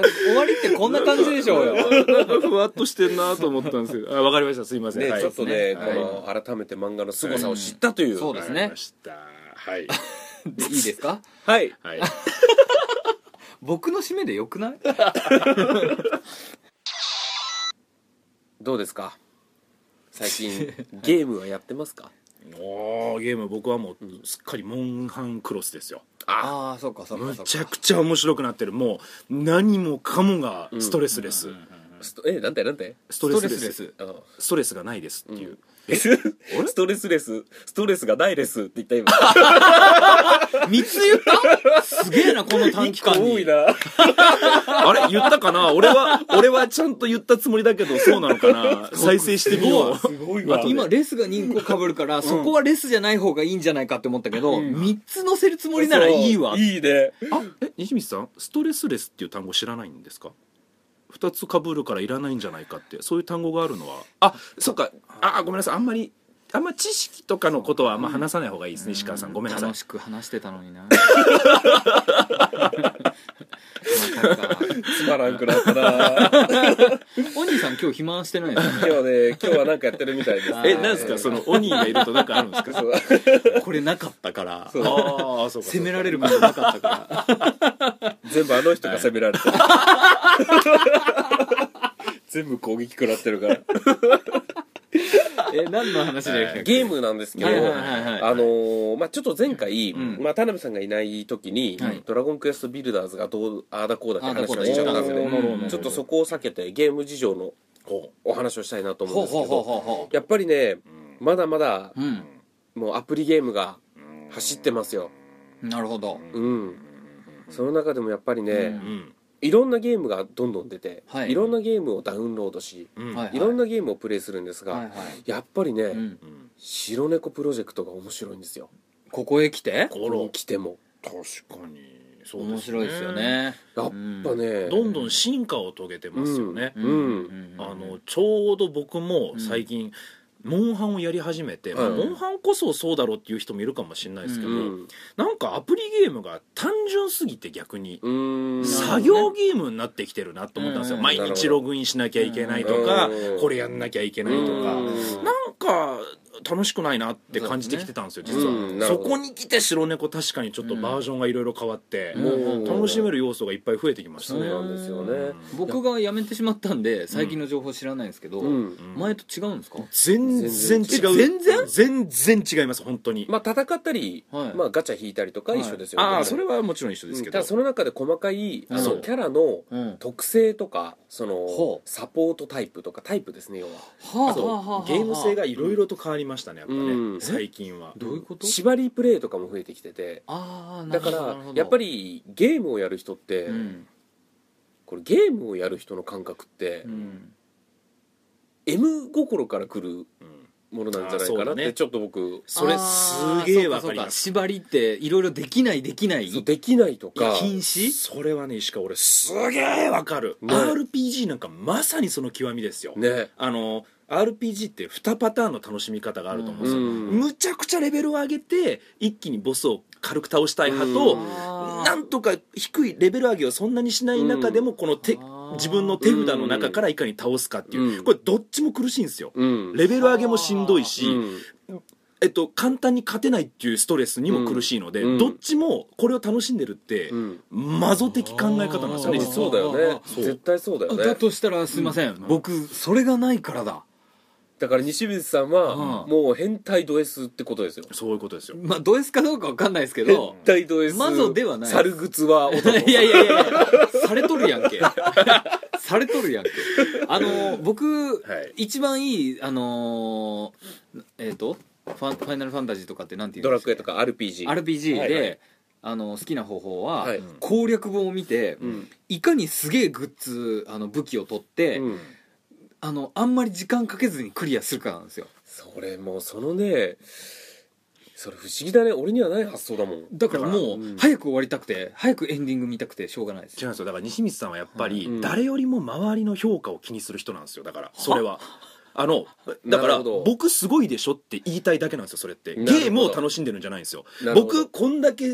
S2: か終わりってこんな感じでしょうよ
S4: なんかふわっとしてんなと思ったんですけどあわかりましたすいません、
S1: ね、
S4: はい
S1: ちょっとね、
S2: そう
S1: こ
S2: ですね
S1: の改めて漫画の凄さを知ったという、
S2: そうですね
S3: わかりましたはい
S2: でいいですか
S1: はい
S3: はい
S2: 僕の締めでよくない
S1: どうですか最 近ゲームはやってますか
S3: おーゲーム僕はもうすっかりモンハンクロスですよ
S2: ああそうかそうか
S3: む
S2: そう
S3: ち
S2: か
S3: ゃくちゃ面白くなってるもう何もかもがストレスです、
S1: ストえなんてなんて
S3: ストレスです
S2: ス
S1: あの
S3: ストレスがないですっていう、
S1: えストレスレスストレスがないですって言った今
S2: 3つ言ったすげえなこの短期間
S1: 多
S2: に
S1: いな
S3: あれ言ったかな俺は俺はちゃんと言ったつもりだけどそうなのかな再生してみよう
S1: すごい
S2: まあ
S1: わ
S2: 今レスが2個かぶるから、そこはレスじゃない方がいいんじゃないかって思ったけど、3つ乗せるつもりならいいわ
S1: そういいね
S3: あえ西光さんストレスレスっていう単語知らないんですか2つかぶるからいらないんじゃないかってそういう単語があるのはあそっかあごめんなさいあんまりあんま知識とかのことはあんま話さない方がいいですね、石川さんごめんなさい
S2: 楽しく話してたのにな まさか
S1: つまらんくなったな
S2: お兄さん今日暇してないです
S1: 今
S2: よね
S1: 日ね今日はなんかやってるみたいですね
S2: あー
S3: えなんですかそのオニーがいるとなんかあるん ですか
S1: そう
S2: これなかったから
S1: そう
S3: ああそうか
S2: 責められるものなかったから
S1: 全部あの人が責められてる全部攻撃食らってるから
S2: え何の話でしたっ け
S1: ゲームなんですけど、
S2: はいはいはいはい
S1: あのーまあ、ちょっと前回、
S2: ん
S1: まあ、田辺さんがいない時に、
S2: はい
S1: ドラゴンクエストビルダーズがどうああだこうだって
S2: ああだこう
S1: 話
S2: だ
S1: をしちゃったんです
S2: おーなるほどなる
S1: よ
S2: ほ
S1: ね
S2: ど
S1: ちょっとそこを避けてゲーム事情のお話をしたいなと思うん
S2: ほう
S1: ですけ
S2: ほ
S1: ど
S2: うほうほうほ
S1: やっぱりねまだまだ
S2: ううん
S1: もうアプリゲームが走ってますよ
S2: なるほど
S1: うんその中でもやっぱりね、
S2: うん
S3: うん
S1: いろんなゲームがどんどん出て、
S2: はい
S1: い、ろんなゲームをダウンロードし、
S3: うん
S2: はい
S1: い、ろんなゲームをプレイするんですが、
S2: はいは
S1: やっぱりね、
S2: いうん
S3: うん
S1: 白猫プロジェクトが面白いんですよ
S2: ここへ来て
S1: こ
S3: 心
S1: の来ても
S3: 確かにそう
S2: 面白いですよね
S1: やっぱね、
S3: どんどん進化を遂げてますよね、
S1: う
S2: うんんうん
S3: あのちょうど僕も最近、モンハンをやり始めて、まあ
S1: うん
S3: モンハンこそそうだろうっていう人もいるかもしれないですけど、
S2: う
S3: なんかアプリゲームが単純すぎて逆に、
S1: うん
S2: ん
S3: 作業ゲームになってきてるなと思ったんですよ、
S2: うん
S3: 毎日ログインしなきゃいけないとか、
S1: うん
S3: これやんなきゃいけないとか、
S1: うん
S3: なんか楽しくないなって感じてきてたんですよ
S2: そう
S1: で
S3: 実
S1: す
S3: は、
S1: ねうんなる
S3: そ
S1: ほど
S3: こに来て白猫確かにちょっとバージョンがいろいろ変わって、
S2: うん
S3: 楽しめ
S1: る
S3: る要素がいっぱい増えてきました
S1: そう
S3: ね、
S1: なんですよね、
S2: 僕が辞めてしまったんで最近の情報知らないんですけど、
S1: うん
S3: うん
S2: 前と違うんですか、
S3: 全然違う
S2: 全然
S3: 全然違います本当に、
S1: まあ戦ったり、
S2: はい
S1: まあ、ガチャ引いたりとか
S2: はい
S1: 一緒ですよね、
S3: ああそれはもちろん一緒ですけ
S1: た
S3: ど、
S1: だその中で細かいあ
S2: そ
S1: の
S2: う
S1: キャラの
S2: うんは
S1: 特性とかその
S2: ほう
S1: サポートタイプとかタイプですね要は
S2: あはあはあはあ
S3: ゲーム性がいろいろと変わりましたねやっぱね、
S1: うん
S3: 最近は
S2: どういうこと
S1: 縛りプレイとかも増えてきてて
S2: ああ
S1: だからやっぱ
S2: り、
S1: りゲームをやる人って、
S2: うん
S1: これゲームをやる人の感覚って、
S2: うん
S1: M 心から来る
S3: うん
S1: ものなんじゃないかな
S3: あそ
S1: っ
S3: うだね
S1: てちょっと僕
S3: それ
S2: あー
S3: すげえわ
S2: そ
S3: か
S2: う
S3: り
S2: そう
S3: ま
S2: か
S3: す
S2: 縛りっていろいろできないできない
S1: そうできないと
S3: いや
S1: か
S2: 禁止
S3: それはね石川俺すげえわかる、
S1: ね
S3: RPG なんかまさにその極みですよ、
S1: ね
S3: あの RPG って2パターンの楽しみ方があると思うんですよ、
S1: うん
S3: むちゃくちゃレベルを上げて一気にボスを軽く倒したい派と、
S1: うん
S3: なんとか低いレベル上げをそんなにしない中でもこの手
S2: あー
S3: 自分の手札の中からいかに倒すかっていううんこれどっちも苦しいんですよ
S1: うん
S3: レベル上げもしんどい
S1: うん
S3: し、えっと、簡単に勝てないっていうストレスにも苦しいので
S1: うん
S3: どっちもこれを楽しんでるって
S1: うん
S3: 魔女的考え方なんですよね
S2: あー
S3: 実
S1: そ
S3: は
S1: うだよね
S2: あ
S1: 絶対そうだよ
S2: だ
S1: ね
S2: としたらすいません、僕それがないからだ
S1: だから西水さんは
S2: うん
S1: もう変態ド S ってことですよ
S3: そういうことですよ
S2: まあド S かどうかわかんないですけ
S1: 変
S2: ど
S1: 態ド S
S2: マゾではない
S1: 猿靴は男
S2: いやいやいやいやされとるやん けされとるやんけあの僕、
S3: はい
S2: 一番いいあのーえっ、とファンファイナルファンタジーとかってなんていうん
S1: ド
S2: で
S1: ラ
S2: す
S1: クエとか RPG
S2: RPG で、
S1: はいはい
S2: あの好きな方法は、
S1: はい
S3: うん
S2: 攻略本を見て、
S1: うん
S2: いかにすげえグッズあの武器を取って、
S1: うん
S2: あのあんまり時間かけずにクリアするかなんですよ
S1: それもうそのねそれ不思議だね俺にはない発想だもん
S2: だからもう、
S1: うん
S2: 早く終わりたくて早くエンディング見たくてしょうがないです
S3: 違うんですよだから西光さんはやっぱ
S1: うん
S3: り誰よりも周りの評価を気にする人なんですよだからそれはあの
S1: な
S3: だか
S1: る
S3: ら
S1: ほど
S3: 僕すごいでしょって言いたいだけなんですよそれってゲ
S1: なるほど
S3: ームを楽しんでるんじゃないんですよ
S1: なるほど
S3: 僕こんだけ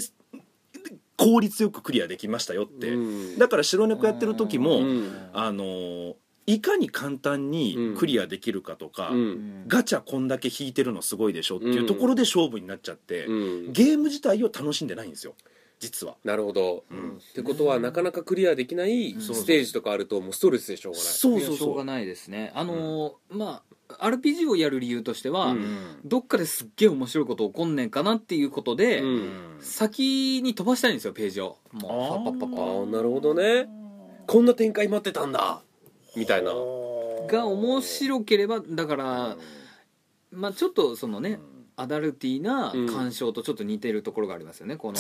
S3: 効率よくクリアできましたよって
S1: うん
S3: だから白猫やってる時も
S1: うん
S3: あのーいかに簡単にクリアできるかとか
S1: うん
S3: ガチャこんだけ引いてるのすごいでしょっていうところで勝負になっちゃって
S1: うん
S3: ゲーム自体を楽しんでないんですよ実は。
S1: なるほど、
S3: うん
S1: ってことはなかなかクリアできない
S2: ん
S1: ステージとかあるともうストレスでしょうがない
S3: そう
S2: い
S3: そ
S2: や
S3: う
S2: しょう
S3: そ
S2: が
S3: う。
S2: ないですねあのーまあ RPG をやる理由としては、
S1: うん
S3: うん
S2: どっかですっげえ面白いこと起こんねんかなっていうことで、
S1: うん
S2: 先に飛ばしたいんですよページをもうパッパッパ
S1: あ
S2: ッ
S1: あなるほどねこんな展開待ってたんだみたいな
S2: パが面白ければだから、まあ、ちょっとそのね、アダルティーな鑑賞とちょっと似てるところがありますよね、この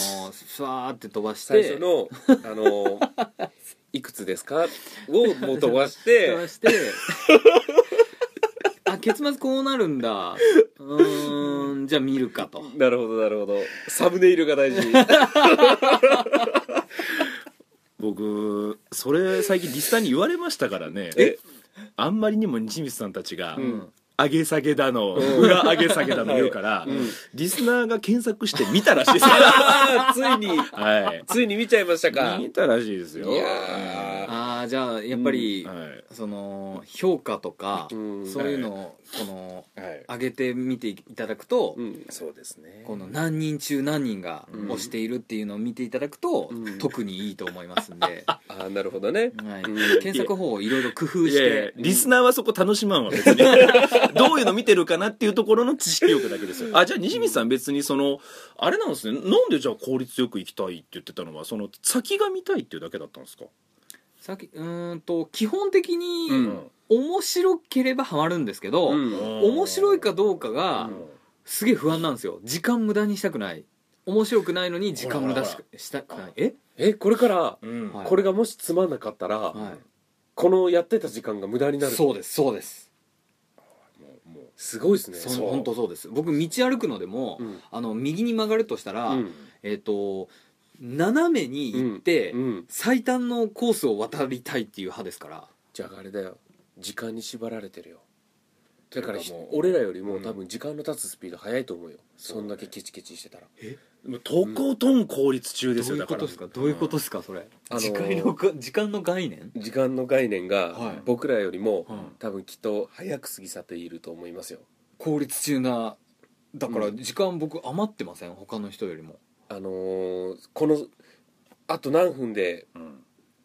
S2: ふわーって飛ばして
S1: 最初の「あ のいくつですか?」をもう飛ばし
S2: 飛ば
S1: て
S2: して あ結末こうなるんだうーんじゃあ見るかと
S1: なるほどなるほどサムネイルが大事
S3: 僕それ最近リスターに言われましたからね
S1: え
S3: あんまりにも西光さんたちが、
S1: うん
S3: 上げ下げだの
S1: うん
S3: 裏上げ下げだの言うから、
S1: うん
S3: リスナーが検索して見たらしいですよ
S1: ああついに
S3: はい
S1: ついに見ちゃいましたか
S3: 見たらしいですよ
S1: いや
S2: ああじゃあやっぱり、
S3: はい
S2: その評価とか、
S1: うん
S2: そういうのをこの
S3: はい
S2: 上げてみていただくと、
S1: うん
S3: そうですね
S2: この何人中何人が押しているっていうのを見ていただくと、
S1: うん
S2: 特にいいと思います んで、
S1: ああなるほどね
S2: はい
S1: うん、
S2: 検索方法をいろいろ工夫
S3: い
S2: し
S3: やいや
S2: て
S3: リスナーはそこ楽しまんわ別にどういうの見てるかなっていうところの知識欲だけですよあじゃあ西光さん別にそのあれなんですねなんでじゃあ効率よく行きたいって言ってたのはその先が見たいっていうだけだったんですか、
S2: さっきうーんと基本的に
S1: うん
S2: 面白ければハマるんですけど、
S1: うん
S2: 面白いかどうかが
S3: うん
S2: すげえ不安なんですよ時間無駄にしたくない面白くないのに時間無駄し
S3: ほら
S2: したくないえ
S1: えこれから
S3: うん
S2: はい
S1: これがもしつまんなかったら、
S2: は
S1: このやってた時間が無駄に
S2: い
S1: なる
S2: そうですそうです
S3: もうもう
S1: すごいですね
S2: その本当そうです僕道歩くのでも、
S1: うん
S2: あの右に曲がるとしたら、
S1: うん
S2: えっ、と斜めに行って、
S1: うん
S2: 最短のコースを渡りたいっていう派ですから
S1: じゃああれだよ時間に縛られてるよだからひ
S3: てかもう
S1: 俺らよりも多分時間の経つスピード早いと思うよそんだけケチケチしてたら
S3: もうとことん効率中です
S2: ど
S3: よ
S2: う
S3: だ
S2: いう
S3: か
S2: こ
S3: ら
S2: とですかどういうことですかそれ、
S1: あのー
S2: 時間のが時間の概念
S1: 時間の概念
S2: は
S1: が
S2: い
S1: 僕らよりも
S2: うん
S1: 多分きっと早く過ぎ去っていると思いますよ
S2: 効率中なだか
S1: う
S2: ら
S1: ん
S2: 時間僕余ってません他の人よりも
S1: あのーこのあと何分で
S3: うん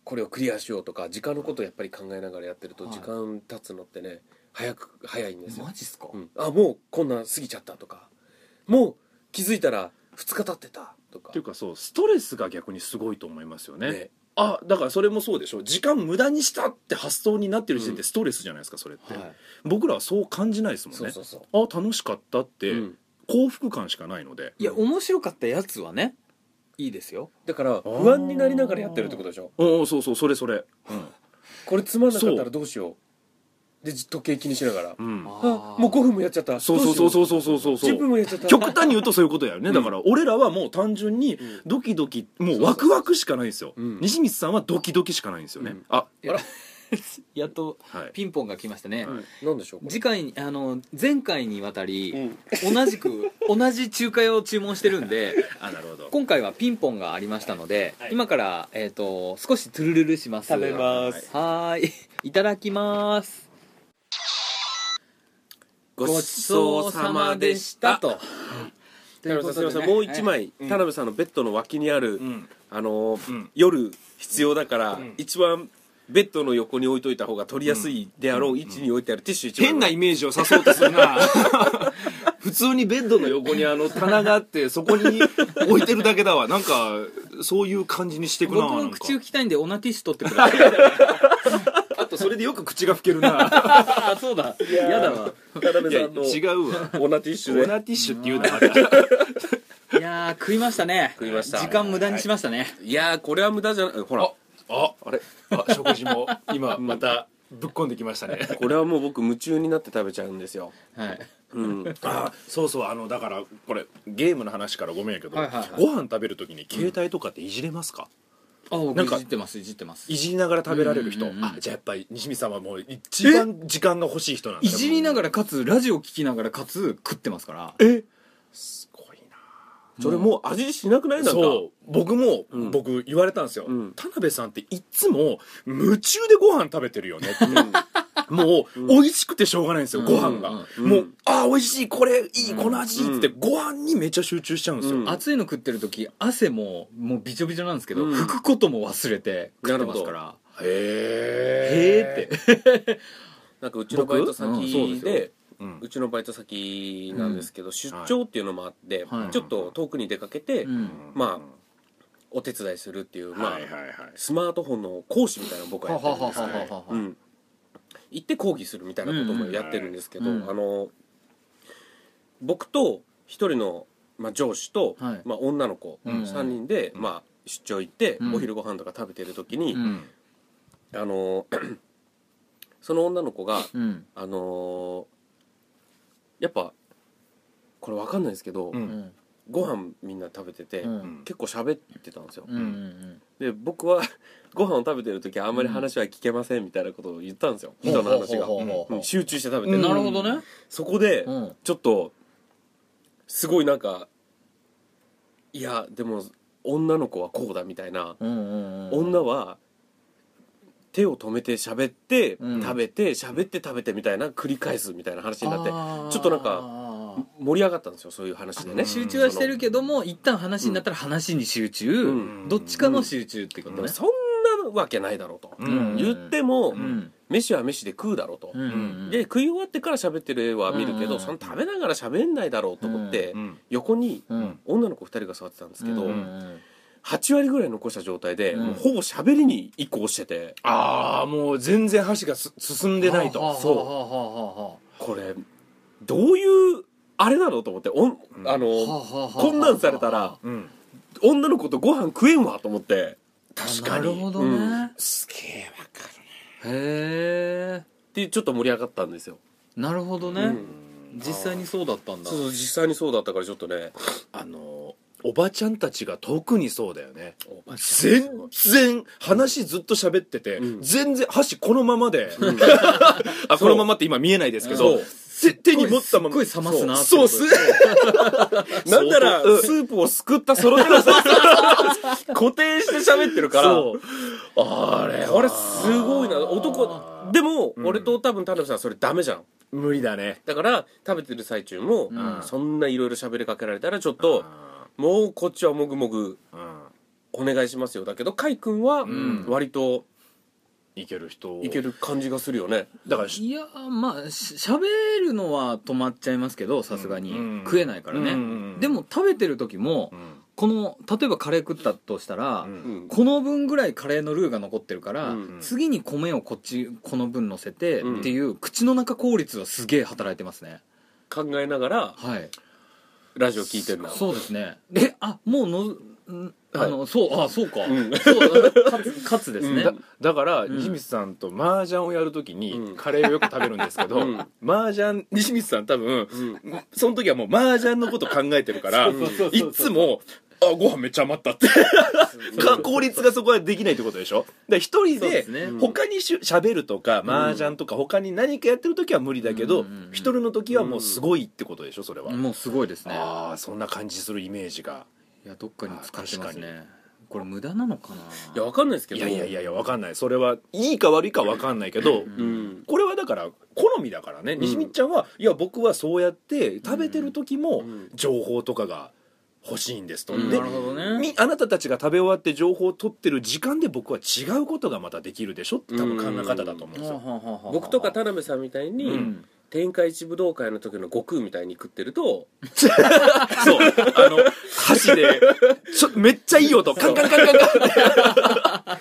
S1: これをクリアしようとか時間のことをやっぱり考えながらやってると
S2: はい
S1: 時間経つのってね早く早いんですよ
S2: マジっすか、
S1: うん、あもうこんなん過ぎちゃったとかもう気づいたら2日経ってたとか
S3: っていうかそうストレスが逆にすごいと思いますよね
S1: ね
S3: あだからそれもそうでしょ時間無駄にしたって発想になってる時点でストレスじゃないですかそれって、
S2: はい
S3: 僕らはそう感じないですもん
S1: そう
S3: ね
S1: そうそう
S3: あ楽しかったって、
S1: うん
S3: 幸福感しかないので
S2: いや面白かったやつはねいいですよ
S1: だから不安になりながらやってるってことでしょ
S3: おおそうそうそれそれ
S1: これつまんなかった
S3: そ
S1: ら
S3: う
S1: どうしようでじ時計気にしながら
S3: うん、うん、
S1: あもう5分もやっちゃった
S3: そうそうそう
S1: う
S3: そうそうそうそう
S1: 10分もやっちゃった
S3: 極端に言うとそういうことだよね、だから俺らはもう単純に
S1: ん
S3: ドキドキもうワクワクしかないんですよ、
S1: うん
S3: 西光さんはドキドキしかないんですよね、
S1: うん
S3: あ
S2: いややっと
S3: はい
S2: ピンポンが来ましたね、
S3: はい
S1: なんでしょうこれ
S2: 次回にあの前回にわたり、
S1: うん
S2: 同じく同じ仲介を注文してるんで
S3: あなるほど
S2: 今回はピンポンがありましたので、今から、えー、と少しトゥルルルします
S1: 食べます
S2: はーいいただきます
S1: ごちそうさまでした
S2: と
S1: 田辺さんすいませんもう一枚田辺さんのベッドの脇にある
S3: うん
S1: あのー
S3: うん
S1: 夜必要だから一番ベッドの横に置いといた方が取りやすいであろう位置に置いてあるティッシュ一枚
S3: 変なイメージをさそうとする な普通にベッドの横にあの棚があってそこに置いてるだけだわなんかそういう感じにしてく
S2: 僕
S3: なな
S2: も
S3: んか
S2: 口を聞きたいんでオナティス取ってください
S3: あとそれでよく口が拭けるな
S2: あ あそうだ
S1: ー
S2: やだわ
S1: 田辺
S3: いや
S1: さんの
S3: 違うわ
S1: オナティッシュ
S3: オ
S1: で
S3: ナティッシュっていうのはあれ
S2: いやー食いましたね
S1: 食いました
S2: 時間無駄にしましたね、
S1: いやーこれは無駄じゃないほら
S3: あああれあ食事も今またぶっこんできましたね
S1: これはもう僕夢中になって食べちゃうんですよ
S2: はい
S1: うん
S3: あそうそうあのだからこれゲームの話からごめんやけど、
S2: はいはいはい
S3: ご飯食べるときに携帯とかっていじれますか、
S2: あ僕
S3: なんか
S2: いじってますいじってます
S3: いじりながら食べられる人、
S2: うんうんうんうん
S3: あじゃあやっぱり西見さんはもう一番時間が欲しい人なんだ
S2: いじりながらかつラジオ聞きながらかつ食ってますから
S3: えすごい
S1: それもう味しなくないなん
S3: な
S1: か
S3: そう僕も、
S1: うん
S3: 僕言われたんですよ、
S1: うん
S3: 田辺さんっていつも夢中でご飯食べてるよねって
S1: うん
S3: もう、
S1: ん
S3: 美味しくてしょうがないんですよ、
S2: うん
S3: ご飯が。
S2: うん
S1: うん
S3: もう、ああ、美味しい、これ、いい、
S2: うん
S3: この味、
S1: うん
S3: って、ご飯にめっちゃ集中しちゃうんですよ。
S1: うん
S2: 暑いの食ってる時汗ももうびちょびちょなんですけど、
S1: うん
S2: 拭くことも忘れて食ってますから
S3: へ
S2: へえって
S1: なんかうちのバイト
S2: 僕うんそう
S1: 先
S2: ですよ
S1: で
S3: ーって。うん
S1: うちのバイト先なんですけど出張っていうのもあって
S2: はい
S1: ちょっと遠くに出かけて
S2: うん
S1: まあお手伝いするっていうまあ
S3: はいはいはい。
S1: スマートフォンの講師みたいなの僕はや
S2: は
S1: って
S2: は
S1: るんで
S2: はは
S1: すよね
S2: はは
S1: うん行って講義するみたいなこともやってるんですけど、
S2: うんうん
S1: あの僕と一人の、まあ、上司と、
S2: はい
S1: まあ、女の子
S2: うん
S1: 3人で、まあ、出張行って、
S2: うん
S1: お昼ご飯とか食べてる時に、
S2: うん
S1: あの その女の子が
S2: うん
S1: あのやっぱこれわかんないですけど、
S3: う。
S2: うんん
S1: ご飯みんな食べてて、
S2: うん
S1: 結構喋ってたんですよ、
S2: うんうん
S1: で僕はご飯を食べてる時はあんまり話は聞けませんみたいなことを言ったんですよ、
S2: うん
S1: 人の話が、
S2: ほうほうほうほう
S1: うん集中して食べて
S3: う
S1: る、
S3: ん
S2: なるほどね
S1: そこで、
S2: うん
S1: ちょっとすごいなんかいやでも女の子はこうだみたいな、
S2: うんうんうん
S1: 女は手を止めて喋って、
S2: うん
S1: 食べて喋って食べてみたいな繰り返すみたいな話になって
S2: あー
S1: ちょっとなんか盛り上がったんですよそういう話でね
S3: あ
S2: 集中はしてるけども一旦話になったら話に集中、
S1: うん
S2: どっちかの集中ってことね、
S1: そんなわけないだろうと、
S3: うん
S1: 言っても、
S2: うん
S1: 飯は飯で食うだろうと、
S2: うんうん
S1: で食い終わってから喋ってる絵は見るけど、
S2: うん
S1: その食べながら喋んないだろうと思って、
S3: うん。
S1: 横に
S2: うん
S1: 女の子2人が座ってたんですけど、
S2: うんうん
S1: 8割ぐらい残した状態で、
S2: うん
S1: もうほぼ喋りに移行してて
S3: ああ、もう全然箸がす進んでない
S2: はあ
S3: と。
S2: はあは
S1: これどういうあれなのと思っておん
S3: うん
S1: あの、
S2: あはあはあはあはあはあ
S1: こんなんされたら
S3: う。うん。
S1: 女の子とご飯食えんわと思って
S3: 確かに
S2: なるほどね、
S1: うん
S2: へ
S3: すげえわかるね。
S2: え
S1: でちょっと盛り上がったんですよ、
S2: なるほどね、
S1: うん
S2: 実際にそうだったんだ
S1: そうそう実際にそうだったからちょっとね
S3: あの、おばちゃんたちが特にそうだよね。
S1: おばちゃん
S3: 全然話ずっと喋ってて、
S1: うん
S3: 全然箸このままで、 あこのままって今見えないですけ
S1: う
S3: ど
S1: ん
S3: 手手に持ったまます
S2: っごい冷ますなって
S3: そう
S2: こと
S3: そう
S2: です
S1: な
S3: なんん
S1: な
S3: な
S1: ら
S3: ら
S1: スープをすくったその手の 固定して喋ってるから
S3: そうあれ
S1: これすごいな男でも
S3: ん
S1: 俺と多分田辺さんそれダメじゃん
S3: 無理だね
S1: だから食べてる最中も
S3: ん
S1: そんないろいろ喋りかけられたらちょっともうこっちはもぐもぐ
S3: うん
S1: お願いしますよだけど海君は
S3: ん
S1: 割と
S3: いける人
S1: いける感じがするよね
S3: だから
S2: いやーまあししゃべるのは止まっちゃいますけどさすがに、
S3: うん
S2: 食えないからね、
S3: うん
S2: でも食べてる時も、
S3: ん
S2: この例えばカレー食ったとしたら、
S1: う
S3: う
S1: んん
S2: この分ぐらいカレーのルーが残ってるから、
S1: うん
S2: 次に米をこっちこの分乗せて
S1: うん
S2: っていう、口の中効率はすげえ働いてますね
S1: 考えながら
S2: はい
S1: ラジオ聞いてるんだ
S2: そうですねえあもうのんあの、そうあそうか、
S1: うん
S2: そうかつかつですね、
S1: う
S3: だだから
S2: ん
S3: 西光さんと麻雀をやるとき
S1: う
S3: に
S1: ん
S3: カレーをよく食べるんですけど、
S1: うん
S3: 麻雀西光さん多分
S1: うん
S3: その時はもう麻雀のこと考えてるから、
S1: そうそう
S3: いつも、あ、ご飯めっちゃ余ったって。か効率がそこはできないってことでしょで、一人
S2: そうで
S3: です
S2: ね、
S3: 他にしゅ喋るとか、麻雀とか、他に何かやってる時は無理だけ
S2: う
S3: ど
S2: んうんうん、
S3: 一人の時はもうすごいってことでしょ、それは。
S2: もうすごいですね
S3: ああ、そんな感じするイメージが。
S2: いやどっかに使ってます
S3: あ
S2: ねこれ無駄なのかない
S1: やわかんないですけ
S3: い
S1: ど
S3: やいやいやいや、わかんない。それは、いいか悪いかわかんないけど、
S1: うん
S3: これはだから、好みだからね。西光ちゃんは、いや、僕はそうやって、食べてる時も
S1: うん、
S3: 情報とかが欲しいんですと、
S1: うん
S3: で
S2: なるほどね
S3: みあなたたちが食べ終わって情報を取ってる時間で僕は違うことがまたできるでしょって多分考え方だと思うんですよ、
S1: 僕とか田
S2: だ
S1: 辺さんみたいに、
S3: うん
S1: 天下一武道会の時の悟空みたいに食ってると
S3: そうあの箸でちょめっちゃいい音カンカンカンカンカ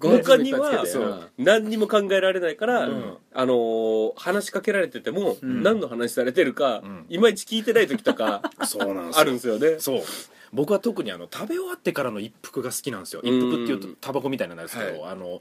S3: ン
S1: 他には
S2: つけて
S1: そう何にも考えられないから、
S3: うん
S1: あのー話しかけられてても、
S2: うん
S1: 何の話されてるか、
S3: うん
S1: いまいち聞いてない時とか
S3: そうなんです
S1: あ
S3: よ
S1: るんですよね
S3: そう僕は特にあの食べ終わってからの一服が好きなんですよ一服っていうと
S1: うん
S3: タバコみたいなんですけど、あの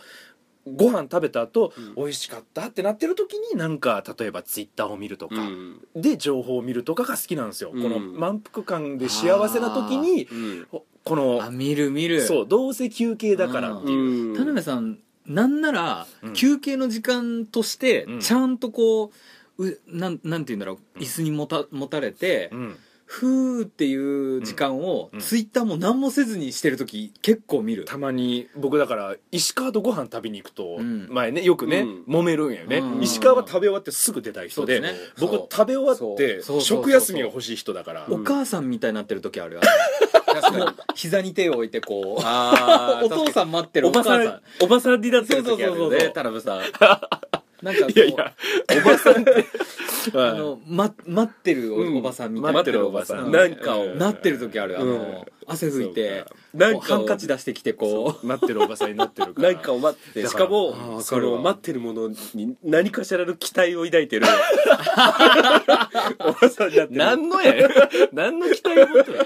S3: ご飯食べた後、
S1: うん
S3: 美味しかったってなってる時になんか例えばツイッターを見るとか、
S1: うん
S3: で情報を見るとかが好きなんですよ、
S1: うん
S3: この満腹感で幸せな時に
S1: うん
S3: この
S2: あ見る見る
S3: そうどうせ休憩だからっていう、
S1: うん
S2: 田辺さんなんなら、
S3: うん
S2: 休憩の時間として、
S3: うん
S2: ちゃんとこううなんなんて言うんだろう
S3: うん
S2: 椅子にもたもたれて、
S3: うん
S2: ふーっていう時間を、
S3: うん
S2: ツイッターも何もせずにしてる時結構見る
S3: たまに僕だから石川とご飯食べに行くと、
S2: うん
S3: 前ねよくね、
S1: うん
S3: 揉めるんやね、
S2: うん
S3: 石川は食べ終わってすぐ出たい人で
S2: そうですね
S3: 僕
S1: そう
S3: 食べ終わって
S2: そうそうそう
S3: 食休みが欲しい人だから
S1: う
S2: お
S1: ん
S2: 母さんみたいになってる時あるよ
S1: 確かに
S2: 膝に手を置いてこう
S1: あー
S2: お父さん待ってる
S1: お
S2: お母
S1: ば
S2: さ
S1: さ
S2: ん
S1: んおばさんになってる時あるよ
S2: そうそうそうそ
S1: ね
S2: う
S1: 田辺さん
S2: なんかこ
S3: いやいうやおばさん って、
S2: あの、ま、待ってるおおばさんみたいな、
S3: 待ってるおばさん
S1: なんかを
S3: う
S2: なってる時あるあの、
S1: うん
S2: 汗拭いて
S3: そう
S1: な
S2: こ
S1: ん
S2: うハ
S1: か
S2: ン
S1: を
S2: カチ出してきてこう
S3: 待ってるおばさんになってるから
S1: なんかを待って
S3: だ
S1: し
S3: から
S1: か
S3: あー
S1: もそ
S3: わかる
S1: の
S3: わ
S1: 待ってるものに何かしらの期待を抱い てるおばさんになってる
S3: 何の や何の期待を持ってる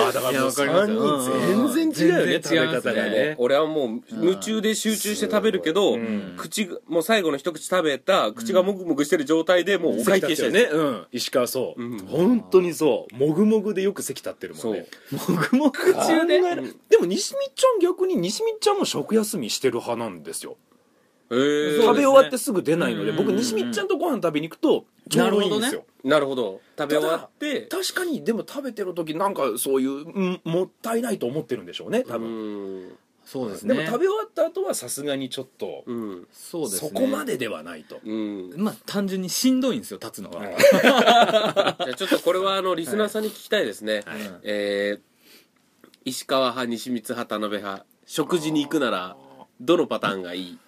S3: あだからもう3
S2: うん
S3: 人全然違うよね
S2: 全然違います
S3: 食べ
S2: ね
S3: 方がね
S1: 俺はもう夢中で集中して食べるけど、
S3: うん
S1: 口がもう最後の一口食べた口がもぐもぐしてる状態でもうお会計してる、
S3: ね、うん、石川そう、
S1: うん
S3: 本当にそうもぐもぐでよく席立ってるもんねもぐもぐ
S2: 中で
S3: でも西見ちゃん逆に西見ちゃんも食休みしてる派なんですよ
S1: へー
S3: 食べ
S2: そうです
S3: 終わってすぐ出ないので、
S2: うん
S3: 僕西見ちゃんとご飯食べに行くとちょうどいいんですよ、
S1: なるほど食べ終わって
S3: 確かにでも食べてる時なんかそういう、うんもったいないと思ってるんでしょうね多
S1: う
S3: 分、
S1: ん
S2: そうです
S3: で
S2: ね
S3: も食べ終わった後はさすがにちょっと、
S1: うん
S2: そうです
S3: そ
S2: ね
S3: こまでではないと、
S1: うん
S2: まあ単純にしんどいんですよ立つのが、うん
S1: じゃあちょっとこれはあのリスナーさんに聞きたいですね、えー石川派西光派田辺派食事に行くならどのパターンがいい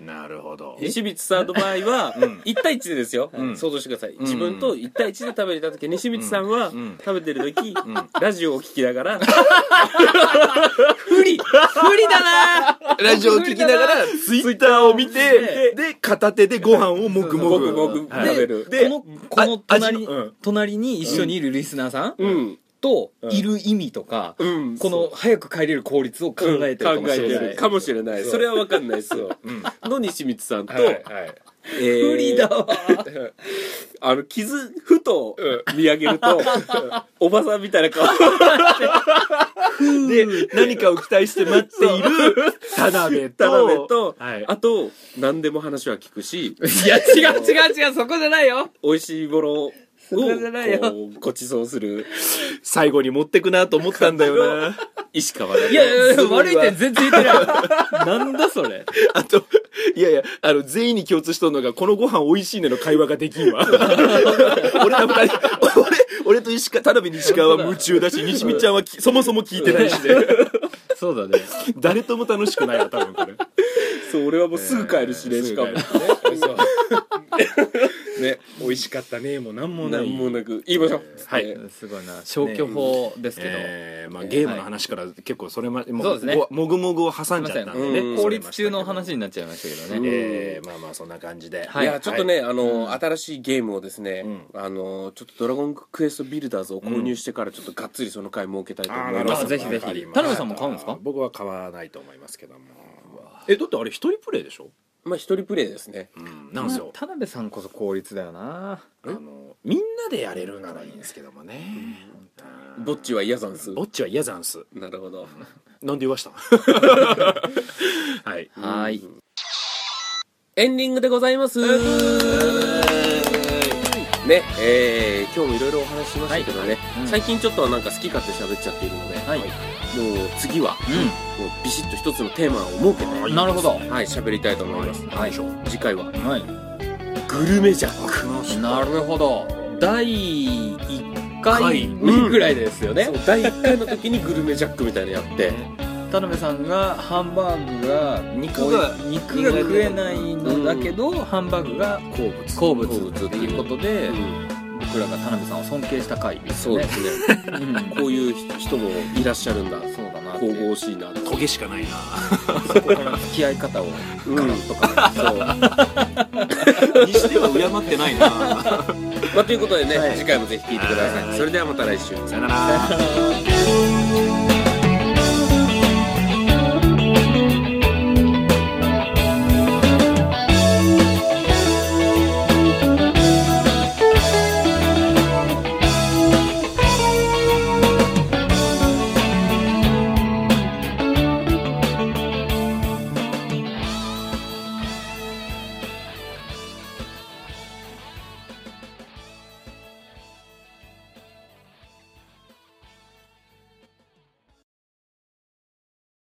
S3: なるほど
S1: 西光さんの場合は
S3: うん
S1: 1対1でですよ、
S3: うん
S1: 想像してください、
S3: ん
S1: 自分と1対1で食べれた時西光さんは
S3: ん
S1: 食べてる時、
S3: ん
S1: ラジオを聞きながら不利
S2: 不利だな
S3: ラジオを聞きな がら、ツイッターを見て、で、片手でご飯をもぐも
S1: も
S3: ぐ。
S1: ぐもぐ食
S3: はい
S1: べる、
S2: でこのこの
S3: あ味の
S2: 隣,、
S3: うん
S2: 隣に一緒にいるリスナーさん
S1: うん
S2: と
S3: うん
S2: いる意味とか、
S1: うん
S2: この早く帰れる効率を考えてるかもしれな
S1: 考え
S2: い、
S1: てるかもしれないそれは分かんないですよ
S3: うん
S1: の西光さんと、
S3: はいはい
S1: えー
S2: 不利だわ
S1: あの傷ふと見上げると、おばさんみたいな顔
S3: で、何かを期待して待っている、 田辺と、
S1: 田辺と、
S3: はい
S1: あと何でも話は聞く し
S2: いや違う違う違うそこじゃないよ
S1: 美味しいものを
S2: こじゃないよ
S1: こうご馳走する
S3: 最後に持ってくなと思ったんだ よな。
S1: 石川で
S2: いやいやい
S3: すご
S2: や
S3: いわ
S2: 悪い点全然言ってないなんだそれ
S3: あと、いやいや、あの、全員に共通しとるのが、このご飯美味しいねの会話ができん わ。俺ら二人、俺、俺と石川、田辺に石川は夢中だし、西見ちゃんはきそもそも聞いてないし ね。
S2: そうだね
S3: 誰とも楽しくないわ、多分これ。
S1: そう俺はもうすぐ帰るしね、しかも
S3: ね、美味しかったねもうなんもない
S1: 何もなく言いましょう
S3: はい
S1: ね
S2: すごいな消去法ですけど、
S3: えーまあ、ゲームの話から結構それまで、も
S2: そうですね
S3: ごもぐもぐを挟
S2: すい
S3: ん
S2: ま
S3: じゃ
S2: せ
S3: っ
S2: ん
S3: たん
S1: う
S3: で
S1: ん
S3: ね、
S1: うん
S2: 効率中の話
S3: に、
S2: になっちゃいましたけどね、
S3: えーまあまあそんな感じで、
S2: はい
S1: いやちょっとね、あの、新しいゲームをですね、
S3: う
S1: あのちょっと「ドラゴンクエストビルダーズ」を購入してからちょっとがっつりその回設けたいと思います
S2: あぜひぜひ
S3: わかりました
S2: 田辺さんも買うんですか
S3: 僕は買わないと思いますけどもえだってあれ一人プレイでしょ、
S1: まあ一人プレイですね
S3: うん、なんですよ
S2: 田辺さんこそ効率だよな
S3: あのみんなでやれるならいいんですけどもね、
S1: ぼっちは嫌ざんす
S3: ぼっちは嫌ざんす
S1: なるほど
S3: なんで言わした はい
S2: はい
S1: エンディングでございますねえー今日もいろいろお話ししましたけどね、
S2: いうん
S1: 最近ちょっとなんか好き勝手喋っちゃっているので、
S2: はい
S1: もう次は
S2: う
S1: もうビシッと一つのテーマを設けて
S2: んなるほどは
S1: はい喋りたいと思います、
S3: はいはい
S1: 次回はいグルメジャック
S2: なるほど第1
S1: 回目ぐらいですよね、
S2: うん
S1: そう第1回の時にグルメジャックみたいなのや って
S2: 田辺さんがハンバーグが
S3: 肉が
S2: おい肉が食えないのだけど、ハンバーグが好物好物っていうことで、僕らが田辺さんを尊敬した回です
S1: そう
S2: よ
S1: で
S2: ね
S1: すね
S2: うん
S1: こういう人もいらっしゃる んだ
S2: そうだなって
S1: 神々しいなと
S3: トゲしかないな
S2: そこから付き合い方を
S1: うん
S2: ガラッとか、ね、
S3: にしては敬ってないな
S1: まあ、ということでね、
S2: はい
S1: 次回もぜひ聞いてください、
S3: はい
S1: それではまた来週
S3: さよなら
S2: そう